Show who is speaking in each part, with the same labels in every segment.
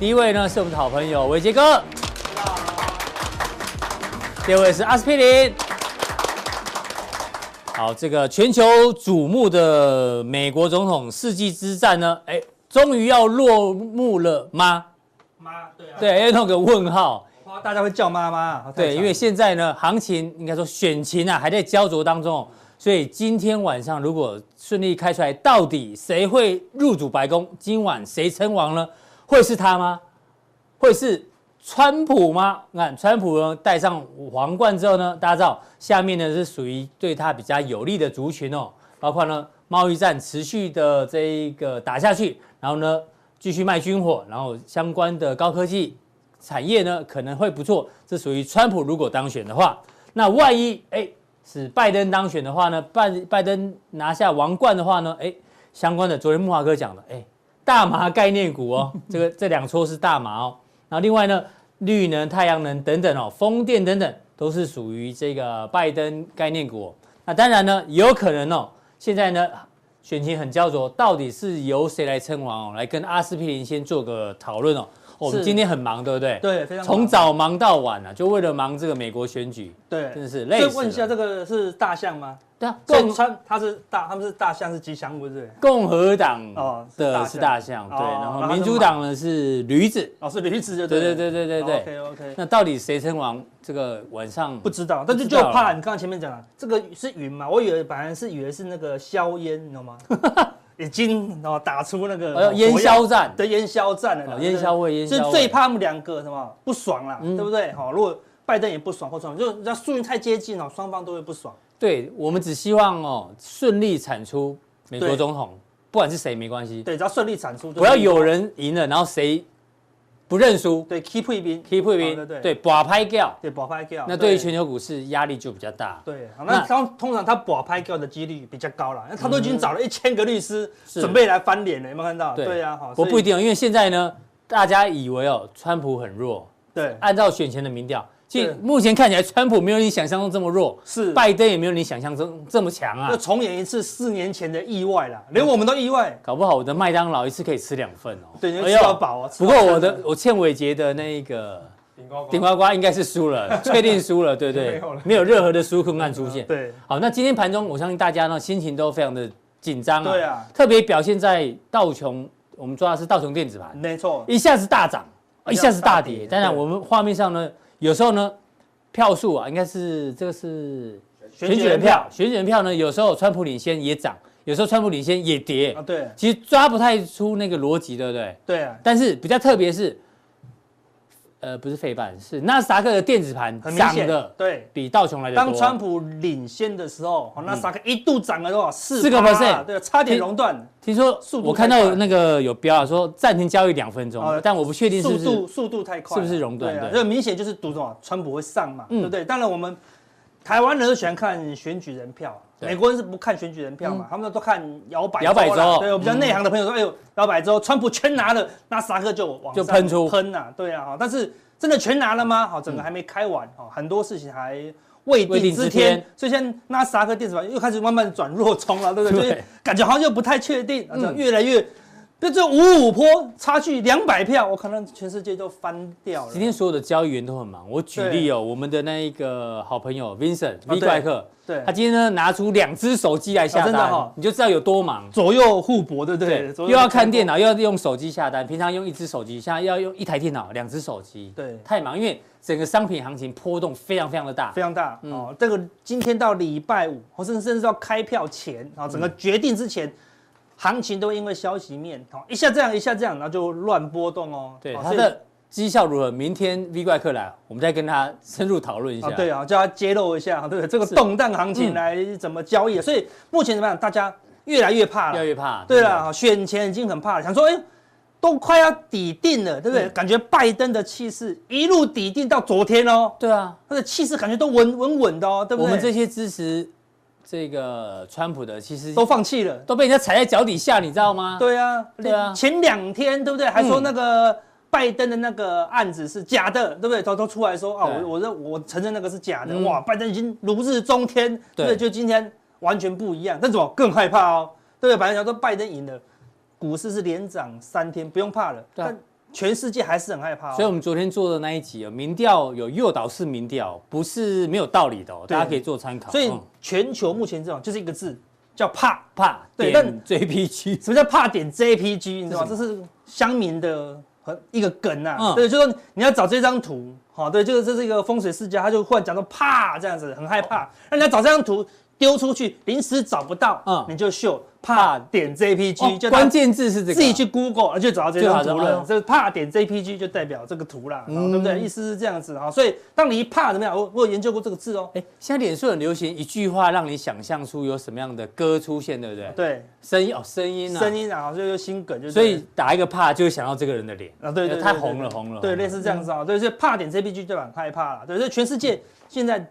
Speaker 1: 第一位呢是我们的好朋友伟杰哥，第二位是阿司匹林。好，这个全球瞩目的美国总统世纪之战呢，哎，终于要落幕了吗？
Speaker 2: 妈，对啊，
Speaker 1: 对，要弄个问号。
Speaker 2: 大家会叫妈妈，
Speaker 1: 对，因为现在呢，行情应该说选情啊还在焦灼当中哦，所以今天晚上如果顺利开出来，到底谁会入主白宫？今晚谁称王呢？会是他吗？会是川普吗？看川普呢戴上皇冠之后呢，大家知道下面呢是属于对他比较有利的族群哦，包括呢贸易战持续的这一个打下去，然后呢继续卖军火，然后相关的高科技产业呢可能会不错，这属于川普如果当选的话，那万一哎是拜登当选的话呢，拜拜登拿下王冠的话呢，哎相关的昨天木华哥讲的，哎大麻概念股哦，这个这两撮是大麻哦，然后另外呢绿能、太阳能等等哦，风电等等都是属于这个拜登概念股、哦。那当然呢，也有可能哦，现在呢选情很焦灼，到底是由谁来称王哦？来跟阿司匹林先做个讨论哦。哦我们
Speaker 2: 是
Speaker 1: 今天很忙，对不对？
Speaker 2: 对非常忙
Speaker 1: 从早忙到晚啊，就为了忙这个美国选举，
Speaker 2: 对，
Speaker 1: 真的是累死了
Speaker 2: 所以问一下，这个是大象吗？
Speaker 1: 对啊，
Speaker 2: 共
Speaker 1: 共
Speaker 2: 川他是大，他们是大象是吉祥物，是不是？
Speaker 1: 共和党
Speaker 2: 哦是大
Speaker 1: 的
Speaker 2: 象
Speaker 1: 是大象，对，
Speaker 2: 哦
Speaker 1: 然后
Speaker 2: 然后
Speaker 1: 民主党呢是驴子，
Speaker 2: 哦，是驴子就
Speaker 1: 对对对对对对
Speaker 2: OK OK，
Speaker 1: 那到底谁称王？这个晚上
Speaker 2: 不知道，但是
Speaker 1: 不知
Speaker 2: 就
Speaker 1: 道
Speaker 2: 怕你刚刚前面讲了，这个是云嘛，我以为本来是以为是那个硝烟，你知 道吗？已经哦打出那
Speaker 1: 哎呦
Speaker 2: 个
Speaker 1: 烟消战
Speaker 2: 的烟消战了
Speaker 1: 哦
Speaker 2: 啦，
Speaker 1: 烟消味烟
Speaker 2: 所以
Speaker 1: 消味
Speaker 2: 最怕他们两个什么不爽啦，
Speaker 1: 嗯
Speaker 2: 对不对？好，如果拜登也不爽，或者就那数据太接近了，双方都会不爽。
Speaker 1: 对我们只希望哦顺利产出美国
Speaker 2: 对
Speaker 1: 总统，不管是谁没关系，
Speaker 2: 对，只要顺利产出，
Speaker 1: 不要有人赢了，然后谁不认输
Speaker 2: 对 keep 一边
Speaker 1: ，keep
Speaker 2: 对
Speaker 1: 平，
Speaker 2: 对
Speaker 1: 对，把拍掉，
Speaker 2: 对，保拍掉。
Speaker 1: 那对于全球股市压力就比较大。
Speaker 2: 对，好
Speaker 1: 那嗯
Speaker 2: 那通通常他保拍掉的几率比较高了，那他都已经找了一千个律师
Speaker 1: 是
Speaker 2: 准备来翻脸了，有没有看到？
Speaker 1: 对
Speaker 2: 对啊，好，
Speaker 1: 我
Speaker 2: 所以
Speaker 1: 不一定哦，因为现在呢，大家以为哦川普很弱，
Speaker 2: 对，
Speaker 1: 按照选前的民调，其实
Speaker 2: 对
Speaker 1: 目前看起来川普没有你想象中这么弱，
Speaker 2: 是
Speaker 1: 拜登也没有你想象中这么强啊
Speaker 2: 又。重演一次四年前的意外啦，
Speaker 1: 嗯
Speaker 2: 连我们都意外。
Speaker 1: 搞不好我的麦当劳一次可以吃两份哦。
Speaker 2: 对你会
Speaker 1: 哎呦
Speaker 2: 吃到饱啊吃
Speaker 1: 不
Speaker 2: 到
Speaker 1: 过
Speaker 2: 撑
Speaker 1: 我的
Speaker 2: 的
Speaker 1: 我欠伟杰的那一个顶呱呱应该是输了，确定输了，对对， 没有任何的纾困案出现。
Speaker 2: 对，
Speaker 1: 好，那今天盘中我相信大家呢心情都非常的紧张啊，
Speaker 2: 对啊
Speaker 1: 特别表现在道琼，我们抓的是道琼电子盘，
Speaker 2: 没错，
Speaker 1: 一下子大涨，一
Speaker 2: 一
Speaker 1: 下
Speaker 2: 下
Speaker 1: 子
Speaker 2: 子
Speaker 1: 大
Speaker 2: 大跌
Speaker 1: 跌。当然，
Speaker 2: 对
Speaker 1: 我们画面上呢，有时候呢，票数啊，应该是这个是
Speaker 2: 选举人票，
Speaker 1: 选举人票呢，有时候川普领先也涨，有时候川普领先也跌
Speaker 2: 啊，，对，
Speaker 1: 其实抓不太出那个逻辑，对不对？
Speaker 2: 对啊，
Speaker 1: 但是比较特别是，呃，不是费半，是纳斯达克的电子盘
Speaker 2: 很明
Speaker 1: 涨
Speaker 2: 显
Speaker 1: 的
Speaker 2: 对。
Speaker 1: 比道琼来的多。嗯
Speaker 2: 当川普领先的时候，哦那萨克一度涨了多少？四
Speaker 1: 4%
Speaker 2: 对，差点熔断，
Speaker 1: 听说
Speaker 2: 速度
Speaker 1: 我看
Speaker 2: 太快
Speaker 1: 到那个有标啊，说暂停交易两分钟
Speaker 2: 哦，
Speaker 1: 但我不确定是
Speaker 2: 速
Speaker 1: 不是
Speaker 2: 度速度太快了，
Speaker 1: 是不是熔断
Speaker 2: 对啊，
Speaker 1: 对
Speaker 2: 这明显就是赌什么，川普会上嘛，
Speaker 1: 嗯
Speaker 2: 对不对？当然我们台湾人都喜欢看选举人票，
Speaker 1: 对嗯
Speaker 2: 美国人是不看选举人票嘛，他们都看摇摆啦
Speaker 1: 摇摆嗯州
Speaker 2: 对我比较内行的朋友说，哎呦，摇摆州川普全拿了，那萨克就往上
Speaker 1: 就喷出嗯
Speaker 2: 喷呐，对啊，哈但是真的全拿了吗？好，整个还没开完，哦，很多事情还。未
Speaker 1: 未
Speaker 2: 定
Speaker 1: 定
Speaker 2: 之
Speaker 1: 之
Speaker 2: 天
Speaker 1: 天，
Speaker 2: 所以现在纳斯达克电子盘又开始慢慢转弱冲了，对不对？
Speaker 1: 对
Speaker 2: 就是感觉好像又不太确定，啊这
Speaker 1: 嗯
Speaker 2: 样越来越那这五五坡差距两百票，我可能全世界都翻掉了。
Speaker 1: 今天所有的交易员都很忙。我举例哦，我们的那一个好朋友 Vincent V
Speaker 2: 哦对
Speaker 1: 怪客，
Speaker 2: 对
Speaker 1: 他今天呢拿出两只手机来下
Speaker 2: 啊真的
Speaker 1: 单
Speaker 2: 哦，
Speaker 1: 你就知道有多忙。
Speaker 2: 左右互搏，对不对？左
Speaker 1: 又
Speaker 2: 右
Speaker 1: 要看电
Speaker 2: 脑，
Speaker 1: 脑，又要用手机下单，平常用一只手机，现在要用一台电脑，两只手机，
Speaker 2: 对
Speaker 1: 太忙，因为整个商品行情波动非常非常的大
Speaker 2: 非。常大、哦。这个今天到礼拜五，或甚至甚至到开票前，然后整个决定之前。哦行情都因为消息面，哦，一下这样，一下这样，然后就乱波动哦。
Speaker 1: 对，
Speaker 2: 哦
Speaker 1: 它
Speaker 2: 所以
Speaker 1: 的绩效如何？明天 V 怪客来，我们再跟他深入讨论一下。
Speaker 2: 啊，对啊，叫他揭露一下，对不对？这个
Speaker 1: 是
Speaker 2: 动荡行
Speaker 1: 嗯
Speaker 2: 情来怎么交易？所以目前怎么样？大家越来越怕
Speaker 1: 越来
Speaker 2: 了。
Speaker 1: 越怕。
Speaker 2: 对啊
Speaker 1: 不
Speaker 2: 啦，选前已经很怕了，想说，哎，都快要底定了，对
Speaker 1: 嗯
Speaker 2: 不对？感觉拜登的气势一路底定到昨天哦，
Speaker 1: 对啊，
Speaker 2: 他的气势感觉都稳稳稳的哦，对不对？
Speaker 1: 我们这些支持这个川普的，其实
Speaker 2: 都
Speaker 1: 都
Speaker 2: 放弃了。
Speaker 1: 都被人家踩在脚底下，你知道吗？，
Speaker 2: 对啊，
Speaker 1: 对啊嗯
Speaker 2: 前两天对不对？还说那个拜登的那个案子是假的，对不对？都都出来说啊，
Speaker 1: 对
Speaker 2: 我我认我承认那个是假的。
Speaker 1: 嗯
Speaker 2: 哇，拜登已经如日中天，对不
Speaker 1: 对
Speaker 2: 对？就今天完全不一样，但怎么更害怕哦？对不对？反正讲说拜登赢了，股市是连涨三天，不用怕了。
Speaker 1: 对啊
Speaker 2: 但全世界还是很害怕、哦。
Speaker 1: 所以我们昨天做的那一集啊，民调有诱导式民调，不是没有道理的、哦，
Speaker 2: 对
Speaker 1: 大家可以做参考。
Speaker 2: 所以
Speaker 1: 嗯
Speaker 2: 全球目前这种就是一个字叫怕。
Speaker 1: 怕
Speaker 2: 对
Speaker 1: 点 JPG
Speaker 2: 什么叫怕点 JPG？你知道吗？
Speaker 1: 是
Speaker 2: 这是乡民的和一个梗呐、啊。
Speaker 1: 嗯
Speaker 2: 对，就说你要找这张图，好、对，这个这是一个风水世家，他就忽然讲到怕这样子，很害
Speaker 1: 哦
Speaker 2: 怕。那你要找这张图丢出去，临时找不到，
Speaker 1: 嗯
Speaker 2: 你就秀怕点 JPG，、
Speaker 1: 哦
Speaker 2: 就
Speaker 1: 关
Speaker 2: 关
Speaker 1: 键
Speaker 2: 键。
Speaker 1: 字是这个，
Speaker 2: 自己去 Google 就找到这张图
Speaker 1: 就好了
Speaker 2: 了
Speaker 1: 哦。
Speaker 2: 这怕点 JPG 就代表这个图啦，
Speaker 1: 嗯
Speaker 2: 对不对？意思是这样子哈。所以当你一怕怎么样？我我有研究过这个字哦。
Speaker 1: 哎，现在脸书很流行一句话，让你想象出有什么样的歌出现，对不对？，
Speaker 2: 对，
Speaker 1: 声音哦，声音啊，
Speaker 2: 声。音啊，所以就新梗就对了。
Speaker 1: 所以打一个怕，就会想到这个人的脸
Speaker 2: 啊，对对，对
Speaker 1: 太
Speaker 2: 对
Speaker 1: 红了，
Speaker 2: 对
Speaker 1: 红了，
Speaker 2: 对，
Speaker 1: 红了
Speaker 2: 类似这样子啊，对，所以怕点 JPG 就很害怕了，对，所以全世
Speaker 1: 嗯
Speaker 2: 界现在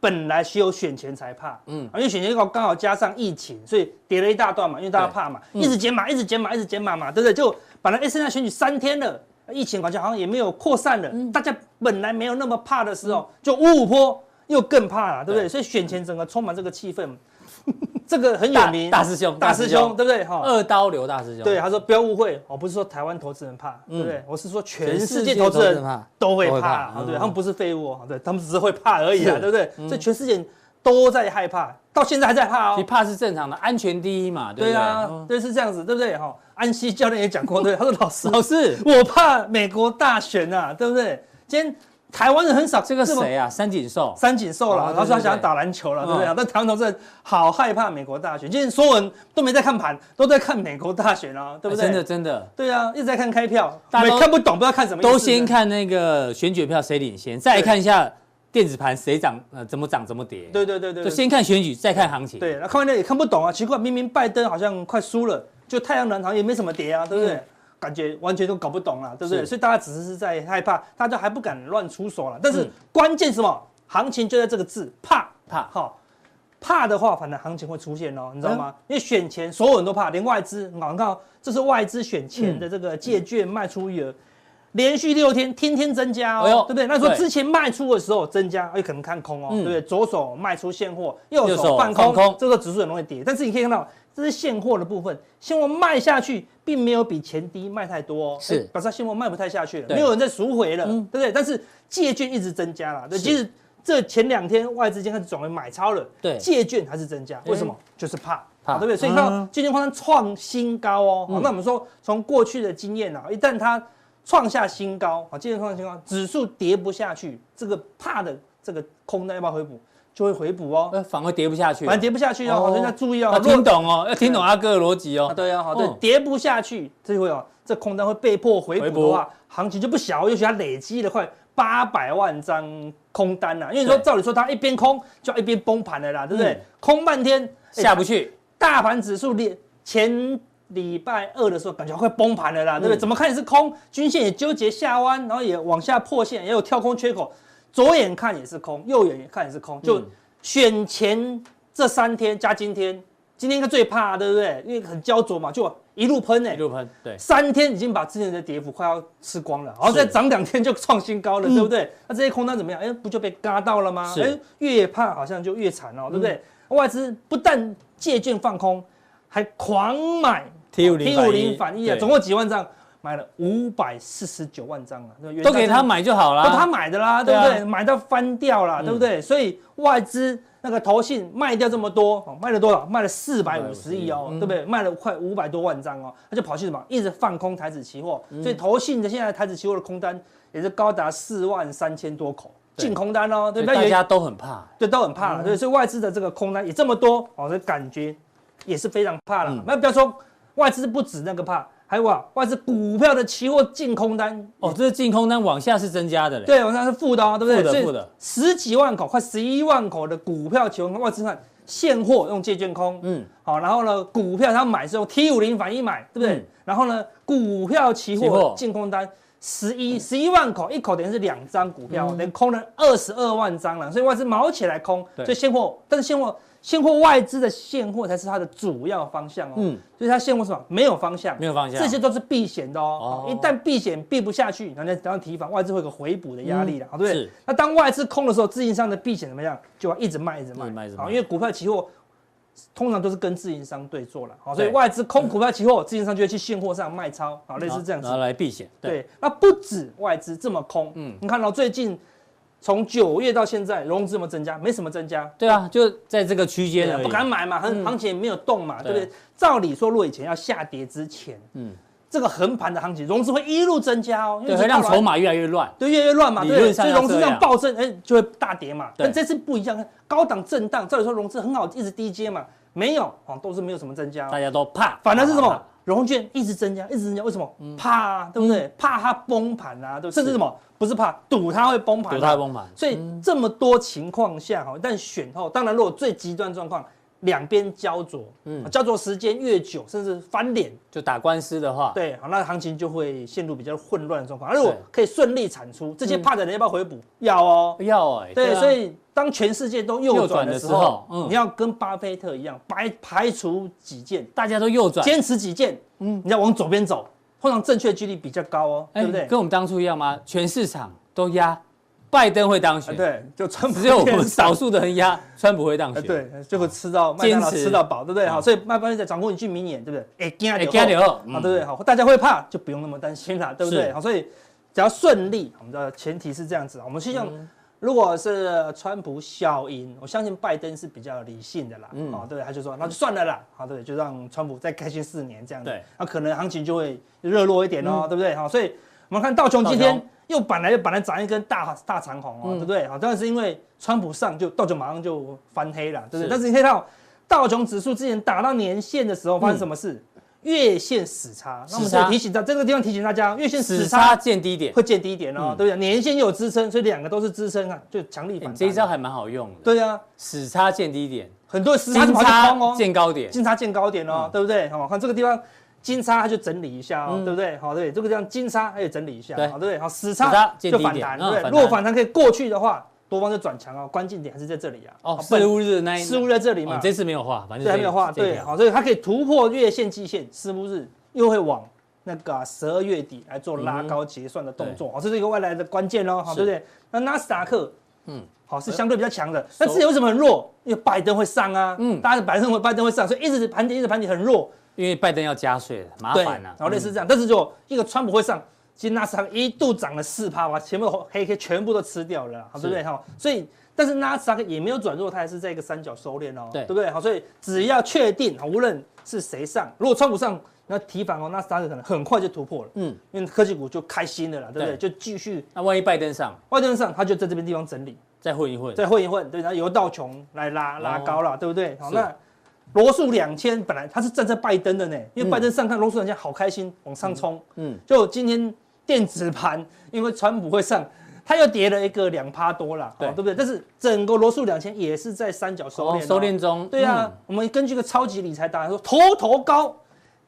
Speaker 2: 本来只有选前才怕，嗯，因为选前刚好刚好加上疫情，所以跌了一大段嘛，因为大家
Speaker 1: 对
Speaker 2: 怕嘛，一直减码，一直减码，一直减码嘛，对不对？就本来哎现在选举三天了。疫情好像好像也没有扩散了，
Speaker 1: 嗯
Speaker 2: 大家本来没有那么怕的时候，就五五坡又更怕了，对不对？
Speaker 1: 对
Speaker 2: 所以选前整个充满这个气氛，这个很有
Speaker 1: 大
Speaker 2: 名。
Speaker 1: 大师兄，
Speaker 2: 大师兄，对不对？哈，
Speaker 1: 二刀流大师兄，
Speaker 2: 对，他说不要误会，哦我不是说台湾投资人怕，对不对？我是说全世界投
Speaker 1: 嗯全世界投
Speaker 2: 资
Speaker 1: 资人
Speaker 2: 人
Speaker 1: 怕
Speaker 2: 都会
Speaker 1: 都会怕
Speaker 2: 怕，
Speaker 1: 嗯
Speaker 2: 对，他们不是废物，哦，对，他们只是会怕而已啊，
Speaker 1: 是嗯
Speaker 2: 对不对？所以全世界都在害怕，到现在还在怕
Speaker 1: 其实。
Speaker 2: 哦
Speaker 1: 怕是正常的，安全第一嘛，对不
Speaker 2: 对
Speaker 1: 对？
Speaker 2: 啊
Speaker 1: 嗯，
Speaker 2: 对，是这样子，对不对？哈，安西教练也讲过，对，他说老师，
Speaker 1: 老师，
Speaker 2: 我怕美国大选啊，对不对？今天台湾人很少
Speaker 1: 这个
Speaker 2: 么
Speaker 1: 谁啊？三井寿，
Speaker 2: 三井寿
Speaker 1: 哦
Speaker 2: 了，
Speaker 1: 对
Speaker 2: 他
Speaker 1: 对
Speaker 2: 说他想
Speaker 1: 对
Speaker 2: 要打篮球了，对不
Speaker 1: 嗯
Speaker 2: 对？但台湾投资人好害怕美国大选，今天所有人都没在看盘，都在看美国大选啊，对不对？
Speaker 1: 真的真的，
Speaker 2: 对啊，一直在看开票，
Speaker 1: 大家
Speaker 2: 没
Speaker 1: 都
Speaker 2: 看不懂，不知道看什么意思。
Speaker 1: 都先看那个选举票谁领先，再看一下电子盘谁涨，呃，怎么涨怎么跌。
Speaker 2: 对，对对对
Speaker 1: 就
Speaker 2: 对，
Speaker 1: 先看选举，再看行情。
Speaker 2: 对，然后看完了也看不懂啊，奇怪，明明拜登好像快输了，就太阳能好像也没什么跌啊，对不对？感觉完全都搞不懂了，对不对？
Speaker 1: 嗯是
Speaker 2: 所以大家只是在害怕，大家还不敢乱出手了。但是
Speaker 1: 嗯
Speaker 2: 关键是什么？行情就在这个字怕
Speaker 1: 怕
Speaker 2: 好。怕的话，反正行情会出现哦，
Speaker 1: 嗯
Speaker 2: 你知道吗？因为选前所有人都怕，连外资，你看哦，这是外资选前的这个借券卖出余额，连续六天天天增加哦，
Speaker 1: 嗯哎呦
Speaker 2: 对不对？那说
Speaker 1: 对
Speaker 2: 之前卖出的时候增加，有可能看空哦，
Speaker 1: 嗯
Speaker 2: 对不对？左手卖出现货，右
Speaker 1: 右
Speaker 2: 右
Speaker 1: 手
Speaker 2: 手放
Speaker 1: 放
Speaker 2: 空，
Speaker 1: 空
Speaker 2: 这个指数很容易跌。但是你可以看到，这是现货的部分，现货卖下去并没有比前低卖太多、哦，
Speaker 1: 是
Speaker 2: 哎表示它现货卖不太下去了，
Speaker 1: 对嗯
Speaker 2: 没有人在赎回了，对不对？但是借券一直增加了，对，
Speaker 1: 是
Speaker 2: 即使这前两天外资已经开始转为买超了，
Speaker 1: 对
Speaker 2: 借券还是增加，为什么？就是怕。
Speaker 1: 怕
Speaker 2: 好对不对？所以你看
Speaker 1: 嗯
Speaker 2: 到借券宽创新高哦。好
Speaker 1: 嗯
Speaker 2: 那我们说从过去的经验啊，一旦它创下新高，啊，借券创新高，指数跌不下去，这个怕的这个空单要不要回补？就会回补哦。
Speaker 1: 呃，反而跌不下去了。
Speaker 2: 反正跌不下去哦，
Speaker 1: 哦
Speaker 2: 所以要注意哦
Speaker 1: 要。
Speaker 2: 如果
Speaker 1: 听懂哦，要听懂阿哥的逻辑哦
Speaker 2: 啊，。对啊，好，对
Speaker 1: 嗯，
Speaker 2: 跌不下去，这会哦，这空单会被迫回补的
Speaker 1: 回
Speaker 2: 话，行情就不小，尤其它累积了快八百万张空单啊呐、因为你说
Speaker 1: 对
Speaker 2: 照理说它一边空就要一边崩盘了啦，对不对？
Speaker 1: 嗯
Speaker 2: 空半天哎
Speaker 1: 下不去，
Speaker 2: 大盘指数连前礼拜二的时候感觉快崩盘了啦，对不对？
Speaker 1: 嗯
Speaker 2: 怎么看也是空，均线也纠结下弯，然后也往下破线，也有跳空缺口，左眼看也是空，右眼看也是空，就
Speaker 1: 嗯
Speaker 2: 选前这三天加今天，今天应该最怕、对不对？因为很焦灼嘛，就一路喷哎、
Speaker 1: 一路喷，对，
Speaker 2: 三天已经把之前的跌幅快要吃光了，然
Speaker 1: 是
Speaker 2: 后
Speaker 1: 嗯
Speaker 2: 再涨两天就创新高了，对不对？那这些空单怎么样？哎，不就被嘎到了吗？
Speaker 1: 是嗯
Speaker 2: 哎，越怕好像就越惨哦，对不对？外资不但借券放空，还狂买
Speaker 1: T50
Speaker 2: T 五零反一啊，
Speaker 1: 对
Speaker 2: 总共几万张？买了五百四十九万张啊，对不对
Speaker 1: 都给他，买就好
Speaker 2: 原
Speaker 1: 啦。
Speaker 2: 价哦都他买的啦，对不
Speaker 1: 啊对嗯
Speaker 2: 对？买到翻掉啦，对不对？所以外资那个投信卖掉这么多，哦卖了多少？卖了四百五十亿哦，
Speaker 1: 嗯
Speaker 2: 对不对？卖了快五百多万张哦，他就跑去什么？一直放空台子期货，
Speaker 1: 嗯
Speaker 2: 所以投信的现在台子期货的空单也是高达四万三千多口
Speaker 1: 对
Speaker 2: 净空单哦，
Speaker 1: 所以
Speaker 2: 对不对？
Speaker 1: 大
Speaker 2: 也
Speaker 1: 家嗯都很怕。
Speaker 2: 对，都很怕了，对，所以外资的这个空单也这么多，哦，这感觉也是非常怕了
Speaker 1: 嗯。
Speaker 2: 那不要说外资不止那个怕，还有啊，外资股票的期货净空单
Speaker 1: 哦，这是净空单往下是增加的嘞。
Speaker 2: 对，往上是负的哦，对不对？
Speaker 1: 负的
Speaker 2: 所以
Speaker 1: 负的
Speaker 2: 十几万口，快十一万口的股票期货，外资看现货用借券空，
Speaker 1: 嗯，
Speaker 2: 好，然后呢，股票他买是用 T 五零反一买，对不对？
Speaker 1: 嗯
Speaker 2: 然后呢，股票期
Speaker 1: 期货嗯
Speaker 2: 货净空单十一十一万口，一口等于是两张股票，等于空了二十二万张了，所以外资毛起来空，
Speaker 1: 对
Speaker 2: 所以现货，但是现货现货外资的现货才是它的主要方向哦，
Speaker 1: 嗯
Speaker 2: 所以它现货是什么？没有方向，
Speaker 1: 没有方向
Speaker 2: 这些都是避险的哦，
Speaker 1: 哦
Speaker 2: 一旦避险避不下去，然后呢，然后提防外资会有个回补的压力了，好，对不对
Speaker 1: 嗯是？
Speaker 2: 那当外资空的时候，自营商的避险怎么样？就要一直卖，一直卖，
Speaker 1: 一直卖一直卖
Speaker 2: 好，因为股票期货。通常都是跟自营商对做了，好，所以
Speaker 1: 对
Speaker 2: 外资空股票期货，自营商就会去现货上卖超，好，类似这样子
Speaker 1: 然。后哦来避险。啊对，
Speaker 2: 对，那不止外资这么空，
Speaker 1: 嗯
Speaker 2: 嗯，你看到最近从九月到现在，融资有没有增加？没什么增加，
Speaker 1: 对啊，就在这个区间
Speaker 2: 对啊
Speaker 1: 而已
Speaker 2: 不敢买嘛，行
Speaker 1: 嗯
Speaker 2: 行情也没有动嘛，
Speaker 1: 对
Speaker 2: 对不对？照理说，如果以前要下跌之前，
Speaker 1: 嗯
Speaker 2: 嗯，这个横盘的行情，融资会一路增加哦，因
Speaker 1: 对，
Speaker 2: 已经
Speaker 1: 会让
Speaker 2: 到了
Speaker 1: 筹码越来越乱。
Speaker 2: 对，越来越乱嘛，
Speaker 1: 理
Speaker 2: 对不对，
Speaker 1: 论上
Speaker 2: 所以
Speaker 1: 要
Speaker 2: 融资
Speaker 1: 这
Speaker 2: 这
Speaker 1: 样
Speaker 2: 样暴增，哎，就会大跌嘛。
Speaker 1: 对
Speaker 2: 但这次不一样，高档震荡，照理说融资很好，一直低接嘛，没有哦，都是没有什么增加哦
Speaker 1: 大，家都怕，
Speaker 2: 反而是什
Speaker 1: 怕
Speaker 2: 么？融券一直增加，一直增加，为什么？
Speaker 1: 嗯
Speaker 2: 怕啊，对不对？怕它崩盘啊，对不对？甚至什么？不是怕，赌它会崩
Speaker 1: 怕
Speaker 2: 盘啊，
Speaker 1: 赌它崩盘，
Speaker 2: 所以这么多情况下哈，但选后当然，如果最极端状况，两边焦灼，
Speaker 1: 嗯
Speaker 2: 嗯，焦灼时间越久，甚至翻脸，
Speaker 1: 就打官司的话，
Speaker 2: 对，好，那行情就会陷入比较混乱的状况。而如果
Speaker 1: 啊对
Speaker 2: 可以顺利产出，这些怕的人要不要回补？要哦。
Speaker 1: 要哎，
Speaker 2: 对，
Speaker 1: 啊
Speaker 2: 所以当全世界都右转的
Speaker 1: 右转的
Speaker 2: 时
Speaker 1: 时候
Speaker 2: 候，
Speaker 1: 嗯
Speaker 2: 你要跟巴菲特一样，排排除己见，
Speaker 1: 大家都右转，
Speaker 2: 坚持己见，嗯，你要往左边走，通常正确几率比较高哦，
Speaker 1: 哎
Speaker 2: 对不对？
Speaker 1: 跟我们当初一样吗？全市场都压，拜登会当
Speaker 2: 啊
Speaker 1: 选，，
Speaker 2: 对，就川普
Speaker 1: 只有我们
Speaker 2: 变少
Speaker 1: 少数的人 压，川普会当
Speaker 2: 呃，
Speaker 1: 选，
Speaker 2: 对，最后吃到麦当劳
Speaker 1: 坚持
Speaker 2: 吃到饱，对不对？
Speaker 1: 嗯
Speaker 2: 好，所以麦当劳在掌控一句名言，对不对？哎，惊
Speaker 1: 哎，
Speaker 2: 就
Speaker 1: 加
Speaker 2: 好嗯
Speaker 1: 点二，
Speaker 2: 好，啊对不对？好，大家会怕就不用那么担心啦，对不对？
Speaker 1: 是
Speaker 2: 好，所以只要顺利，我们的前提是这样子，我们希望如果是川普效应，我相信拜登是比较理性的啦，
Speaker 1: 嗯
Speaker 2: 哦，对，他就说那就算了啦，啊好，对，就让川普再开心四年这样子，
Speaker 1: 对，
Speaker 2: 那可能行情就会热络一点哦，对不对？好，所以我们看道琼今
Speaker 1: 道
Speaker 2: 天
Speaker 1: 琼。
Speaker 2: 又本来又本来涨一根大大长红哦，
Speaker 1: 嗯
Speaker 2: 对不对？好，但是因为川普上就道琼马上就翻黑了，对不对？
Speaker 1: 是
Speaker 2: 但是你看到道琼指数之前打到年线的时候，发生什么事？月线死叉，那我
Speaker 1: 嗯
Speaker 2: 们
Speaker 1: 死叉
Speaker 2: 就提醒到这个地方提醒大家，月线
Speaker 1: 死
Speaker 2: 死
Speaker 1: 杀
Speaker 2: 叉
Speaker 1: 见低点，
Speaker 2: 会见低点哦
Speaker 1: 嗯，
Speaker 2: 对不对？年线又有支撑，所以两个都是支撑啊，就强力
Speaker 1: 哎
Speaker 2: 反
Speaker 1: 这一招
Speaker 2: 弹。
Speaker 1: 还蛮好用的，
Speaker 2: 对啊，
Speaker 1: 死杀见低点，
Speaker 2: 很多人死叉就
Speaker 1: 金
Speaker 2: 跑去空
Speaker 1: 叉
Speaker 2: 哦，
Speaker 1: 见高点，
Speaker 2: 金叉见高点哦，对不对？好，看这个地方金叉它就整理一下哦
Speaker 1: 嗯，
Speaker 2: 对不对？好，对，这个地方金叉它也整理一下，
Speaker 1: 对
Speaker 2: 好，对不对？好，死
Speaker 1: 死叉
Speaker 2: 叉
Speaker 1: 见
Speaker 2: 就
Speaker 1: 低
Speaker 2: 反
Speaker 1: 点
Speaker 2: 弹，
Speaker 1: 嗯
Speaker 2: 对不
Speaker 1: 反弹
Speaker 2: 对？如果反弹可以过去的话，多方就转强哦，关键点还是在这里啊。
Speaker 1: 哦，
Speaker 2: 好
Speaker 1: 四五日那一
Speaker 2: 失误在这里
Speaker 1: 哦
Speaker 2: 嘛，
Speaker 1: 这次没有画，反正
Speaker 2: 对，还
Speaker 1: 这
Speaker 2: 没有画，
Speaker 1: 这一
Speaker 2: 对，
Speaker 1: 条
Speaker 2: 好，所以它可以突破月线、季线，是不是又会往那个啊十二月底来做拉高结算的动作？好，这是一个未来的关键喽，好，
Speaker 1: 嗯是
Speaker 2: 对不对？那纳斯达克，
Speaker 1: 嗯
Speaker 2: 嗯，好是相对比较强的，
Speaker 1: 熟
Speaker 2: 那之前为什么很弱？因为拜登会上啊，
Speaker 1: 嗯
Speaker 2: 嗯，大家拜登会拜登会上，所以一直盘底，一直盘底很弱，
Speaker 1: 因为拜登要加税了，麻
Speaker 2: 对，
Speaker 1: 烦啊
Speaker 2: 然。后类似这样，但是就一个川普会上，其实纳斯达克一度涨了四趴哇，前面的黑 K 全部都吃掉了啦，好对不对哈？所以。但是纳斯达克也没有转弱，它还是在一个三角收敛哦，
Speaker 1: 对
Speaker 2: 对不对？好，所以只要确定，好无论是谁上，如果川普上，那提防哦，纳斯达克可能很快就突破了，
Speaker 1: 嗯，
Speaker 2: 因为科技股就开心了啦，对不对？就继续
Speaker 1: 那万一拜登上，
Speaker 2: 外登上，它就在这边地方整理，
Speaker 1: 再混一混，
Speaker 2: 再混一混，对，然后由道琼来拉拉高了，对不对？好，
Speaker 1: 哦是
Speaker 2: 那罗素两千本来它是站在拜登的呢，因为拜登上看罗素两千好开心，往上冲，
Speaker 1: 嗯，
Speaker 2: 就今天电子盘，因为川普会上，它又跌了一个两趴多了，
Speaker 1: 对
Speaker 2: 哦对不对？但是整个罗素两千也是在三角收敛、
Speaker 1: 哦收敛。中，
Speaker 2: 对啊，
Speaker 1: 嗯，
Speaker 2: 我们根据一个超级理财达人说，头头高，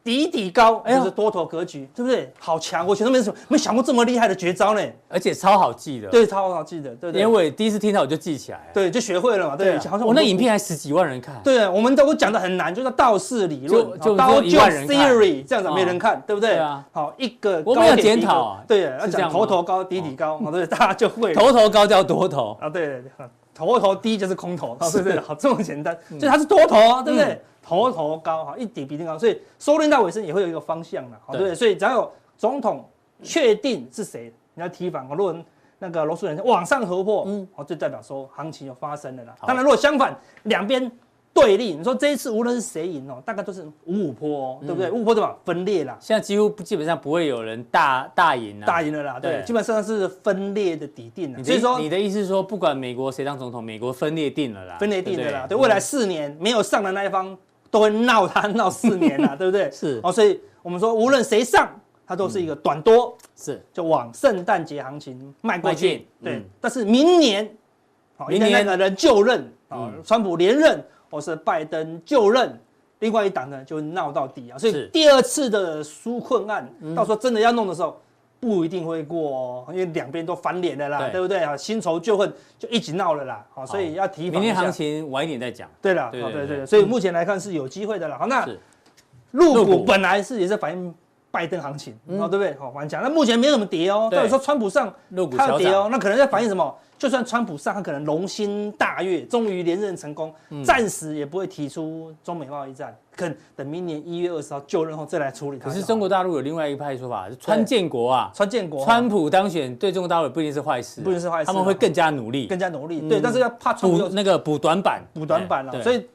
Speaker 2: 底底高，
Speaker 1: 哎呦
Speaker 2: 就是多头格局，对不对？好强，我全都没什么没想过这么厉害的绝招呢。
Speaker 1: 而且超好记的，，
Speaker 2: 对，超好记得，对不
Speaker 1: 连
Speaker 2: 对？
Speaker 1: 我也第一次听到我就记起来了，
Speaker 2: 对，就学会了嘛，对，
Speaker 1: 啊
Speaker 2: 好像
Speaker 1: 我那
Speaker 2: 们
Speaker 1: 影片还十几万人看，
Speaker 2: 对，我们都讲的很难，就是道氏理论
Speaker 1: 啊
Speaker 2: 哦
Speaker 1: 就就，
Speaker 2: 道
Speaker 1: 只有一
Speaker 2: 就
Speaker 1: 万人看哦
Speaker 2: theory 这样子没人看，对不对？
Speaker 1: 对啊
Speaker 2: 好，一个
Speaker 1: 我
Speaker 2: 高
Speaker 1: 没有
Speaker 2: 点
Speaker 1: 检
Speaker 2: 低
Speaker 1: 讨
Speaker 2: 个
Speaker 1: 啊
Speaker 2: 对，要
Speaker 1: 是这样
Speaker 2: 讲
Speaker 1: 吗哦
Speaker 2: 头头高，底底高，哦好，对，大家就会了
Speaker 1: 头头高叫多头，
Speaker 2: 啊，对，头头低就是空头，对不对？好，这么简单，
Speaker 1: 嗯
Speaker 2: 所以它是多头啊，对不对？头头高哈，一底比一定高，所以收敛到尾声也会有一个方向了，好，对不
Speaker 1: 对
Speaker 2: 对？所以只要有总统确定是谁，你要提防，如果那个罗素人往上突破，
Speaker 1: 嗯
Speaker 2: 嗯，好，就代表说行情有发生了啦。
Speaker 1: 好
Speaker 2: 当然，如果相反，两边对立，你说这一次无论是谁赢哦，大概都是五五坡哦，对不
Speaker 1: 嗯
Speaker 2: 对？五五坡对吧？分裂啦，
Speaker 1: 现在几乎不基本上不会有人大大赢啊。
Speaker 2: 大赢了啦，对
Speaker 1: 对，
Speaker 2: 基本上是分裂的底定了。
Speaker 1: 你
Speaker 2: 所以说
Speaker 1: 的你的意思是说，不管美国谁当总统，美国分裂定了啦，
Speaker 2: 分裂定的啦。对，
Speaker 1: 不
Speaker 2: 未来四年没有上的那一方都会闹他闹四 年啦，对不对？
Speaker 1: 是
Speaker 2: 哦，所以我们说无论谁上，它都是一个短多，
Speaker 1: 是
Speaker 2: 就往圣诞节行情迈
Speaker 1: 嗯
Speaker 2: 过
Speaker 1: 迈进
Speaker 2: 去。对
Speaker 1: 嗯，
Speaker 2: 但是明年，好，哦
Speaker 1: 明
Speaker 2: 明
Speaker 1: 年
Speaker 2: 年那个人就任，啊
Speaker 1: 嗯，
Speaker 2: 川普连任，哦是拜登就任，另外一党呢就闹到底啊。所
Speaker 1: 是嗯
Speaker 2: 以第二次的纾困案，到时候真的要弄的时候。不一定会过哦，因为两边都翻脸了啦，
Speaker 1: 对
Speaker 2: 对不对啊？新仇旧恨就一起闹了啦，好、所以要提防
Speaker 1: 明
Speaker 2: 一
Speaker 1: 天
Speaker 2: 下
Speaker 1: 行情晚一点再讲。
Speaker 2: 对了，好
Speaker 1: 对
Speaker 2: 对
Speaker 1: 对
Speaker 2: 对
Speaker 1: 对嗯
Speaker 2: 对，所以目前来看是有机会的了。好，那
Speaker 1: 是
Speaker 2: 入
Speaker 1: 入股嗯
Speaker 2: 股本来是也是反映拜登行情，哦，对不对？好，我们讲，那目前没怎么跌哦。
Speaker 1: 对
Speaker 2: 到底说川普上
Speaker 1: 入股
Speaker 2: 它
Speaker 1: 小
Speaker 2: 要跌
Speaker 1: 涨，
Speaker 2: 哦，那可能在反映什么？就算川普上，他可能龙心大悦，终于连任成功，
Speaker 1: 嗯
Speaker 2: 暂时也不会提出中美贸易战，可能等明年一月二十号就任后再来处理它就
Speaker 1: 可
Speaker 2: 好。
Speaker 1: 是中国大陆有另外一派说法，是川建国啊，
Speaker 2: 川建国哦
Speaker 1: 川普当选对中国大陆不一定是坏事，啊
Speaker 2: 不一定是坏事
Speaker 1: 他
Speaker 2: 啊
Speaker 1: 们会更加努力，
Speaker 2: 更加努力，对，但是要怕川
Speaker 1: 嗯
Speaker 2: 普
Speaker 1: 补
Speaker 2: 又
Speaker 1: 那个补短板，
Speaker 2: 补短板啊
Speaker 1: 对
Speaker 2: 了，所以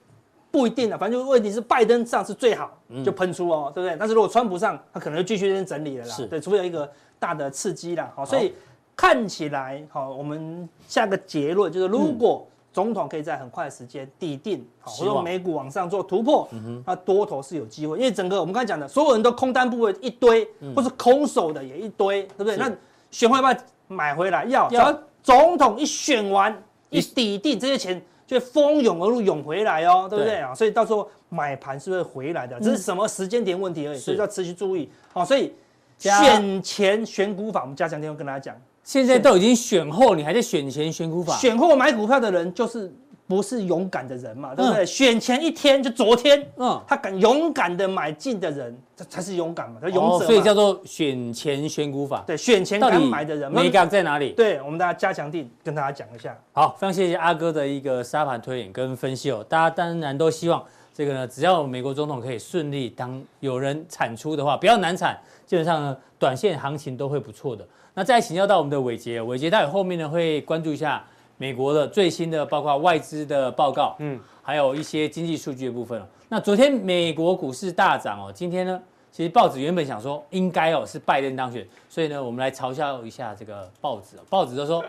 Speaker 2: 不一定啊了。反正就是问题是拜登上是最好，
Speaker 1: 嗯
Speaker 2: 就喷出哦，对不对？但是如果川普上，他可能就继续在那边整理了啦
Speaker 1: 是，
Speaker 2: 对，除非有一个大的刺激啦。好，所以看起来，好，我们下个结论就是，如果总统可以在很快的时间底定，好，
Speaker 1: 希
Speaker 2: 或
Speaker 1: 望嗯
Speaker 2: 者说美股往上做突破，那多头是有机会，因为整个我们刚才讲的，所有人都空单部位一堆，或是空手的也一堆，对不对？
Speaker 1: 嗯是
Speaker 2: 那选会要不要买回来？要，只
Speaker 1: 要
Speaker 2: 要总统一选完，
Speaker 1: 一
Speaker 2: 一抵定，这些钱就会蜂拥而入，涌回来哦，对不对
Speaker 1: 对嗯
Speaker 2: 啊？所以到时候买盘是会回来的，只是什么时间点问题而已，
Speaker 1: 是
Speaker 2: 所以要持续注意。好，所以
Speaker 1: 加
Speaker 2: 选前选股法，我们加强天会跟大家讲，
Speaker 1: 现在都已经选后，你还在选前选股法，
Speaker 2: 选后买股票的人就是不是勇敢的人嘛，对不对？选前一天就昨天，
Speaker 1: 嗯，
Speaker 2: 他敢勇敢的买进的人，这才是勇敢嘛，他勇
Speaker 1: 哦
Speaker 2: 者
Speaker 1: 所以叫
Speaker 2: 嘛。
Speaker 1: 做选前选股法。
Speaker 2: 对，选前
Speaker 1: 到
Speaker 2: 敢
Speaker 1: 底
Speaker 2: 买的人，
Speaker 1: 美感在哪里？
Speaker 2: 对，我们大家加强定跟大家讲一下。
Speaker 1: 好，非常谢谢阿哥的一个沙盘推演跟分析哦。大家当然都希望这个呢，只要美国总统可以顺利当有人产出的话，不要难产，基本上呢，短线行情都会不错的。那再请教到我们的伟杰，哦伟杰待会后面呢会关注一下美国的最新的，包括外资的报告，嗯，还有一些经济数据的部分哦。那昨天美国股市大涨哦，今天呢，其实报纸原本想说应该哦是拜登当选，所以呢，我们来嘲笑一下这个报纸、哦，报纸就说。